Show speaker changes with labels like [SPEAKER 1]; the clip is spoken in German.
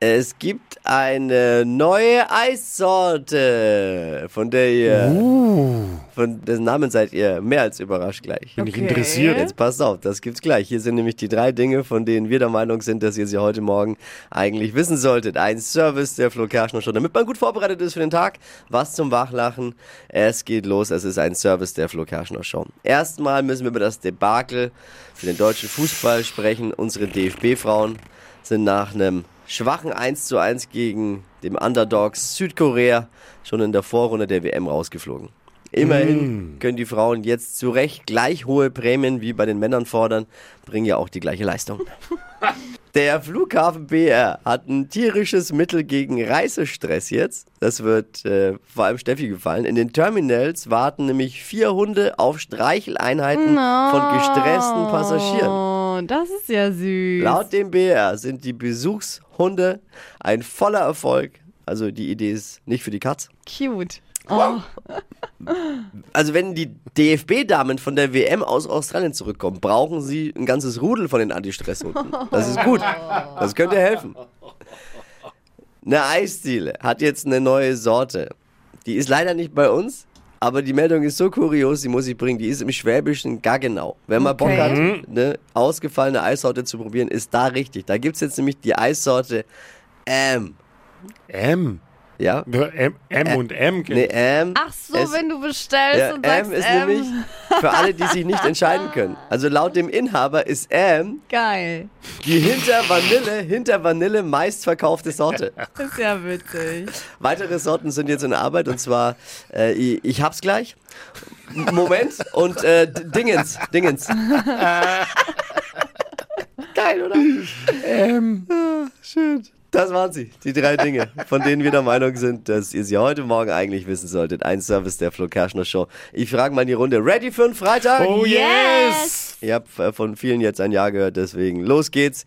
[SPEAKER 1] Es gibt eine neue Eissorte, von der ihr, von dessen Namen seid ihr mehr als überrascht gleich.
[SPEAKER 2] Bin ich interessiert.
[SPEAKER 1] Jetzt passt auf, das gibt's gleich. Hier sind nämlich die drei Dinge, von denen wir der Meinung sind, dass ihr sie heute Morgen eigentlich wissen solltet. Ein Service der Flo Kerschner Show, damit man gut vorbereitet ist für den Tag. Was zum Wachlachen. Es geht los. Es ist ein Service der Flo Kerschner Show. Erstmal müssen wir über das Debakel für den deutschen Fußball sprechen. Unsere DFB-Frauen sind nach einem schwachen 1 zu 1 gegen dem Underdogs Südkorea schon in der Vorrunde der WM rausgeflogen. Immerhin können die Frauen jetzt zu Recht gleich hohe Prämien wie bei den Männern fordern, bringen ja auch die gleiche Leistung. Der Flughafen BR hat ein tierisches Mittel gegen Reisestress jetzt. Das wird äh, vor allem Steffi gefallen. In den Terminals warten nämlich vier Hunde auf Streicheleinheiten von gestressten Passagieren.
[SPEAKER 3] Oh, das ist ja süß.
[SPEAKER 1] Laut dem BR sind die Besuchshunde ein voller Erfolg. Also die Idee ist nicht für die Katz.
[SPEAKER 3] Cute. Oh,
[SPEAKER 1] Also wenn die DFB-Damen von der WM aus Australien zurückkommen, brauchen sie ein ganzes Rudel von den Anti-Stress-Hunden. Das ist gut. Das könnte helfen. Eine Eisdiele hat jetzt eine neue Sorte. Die ist leider nicht bei uns, aber die Meldung ist so kurios, die muss ich bringen. Die ist im schwäbischen Gaggenau. Wenn man Bock
[SPEAKER 3] Okay.
[SPEAKER 1] hat, eine ausgefallene Eissorte zu probieren, ist da richtig. Da gibt es jetzt nämlich die Eissorte M.
[SPEAKER 2] M.
[SPEAKER 1] Ja?
[SPEAKER 2] M, M und M.
[SPEAKER 1] Nee, M.
[SPEAKER 3] ach so,
[SPEAKER 1] Es-
[SPEAKER 3] wenn du bestellst
[SPEAKER 1] Ja,
[SPEAKER 3] und
[SPEAKER 1] M
[SPEAKER 3] sagst,
[SPEAKER 1] ist
[SPEAKER 3] ähm,
[SPEAKER 1] nämlich für alle, die sich nicht entscheiden können. Also laut dem Inhaber ist M
[SPEAKER 3] geil.
[SPEAKER 1] die hinter Vanille, hinter Vanille meistverkaufte Sorte.
[SPEAKER 3] Ist ja witzig.
[SPEAKER 1] Weitere Sorten sind jetzt in Arbeit und zwar äh, ich, ich hab's gleich. Moment und äh, D- Dingens, Dingens. Geil, oder?
[SPEAKER 2] M.
[SPEAKER 1] Das waren sie, die drei Dinge, von denen wir der Meinung sind, dass ihr sie heute Morgen eigentlich wissen solltet. Ein Service der Flo Kerschner Show. Ich frage mal in die Runde, ready für einen Freitag?
[SPEAKER 2] Oh yes.
[SPEAKER 1] Ihr habt äh, von vielen jetzt ein Ja gehört, deswegen los geht's.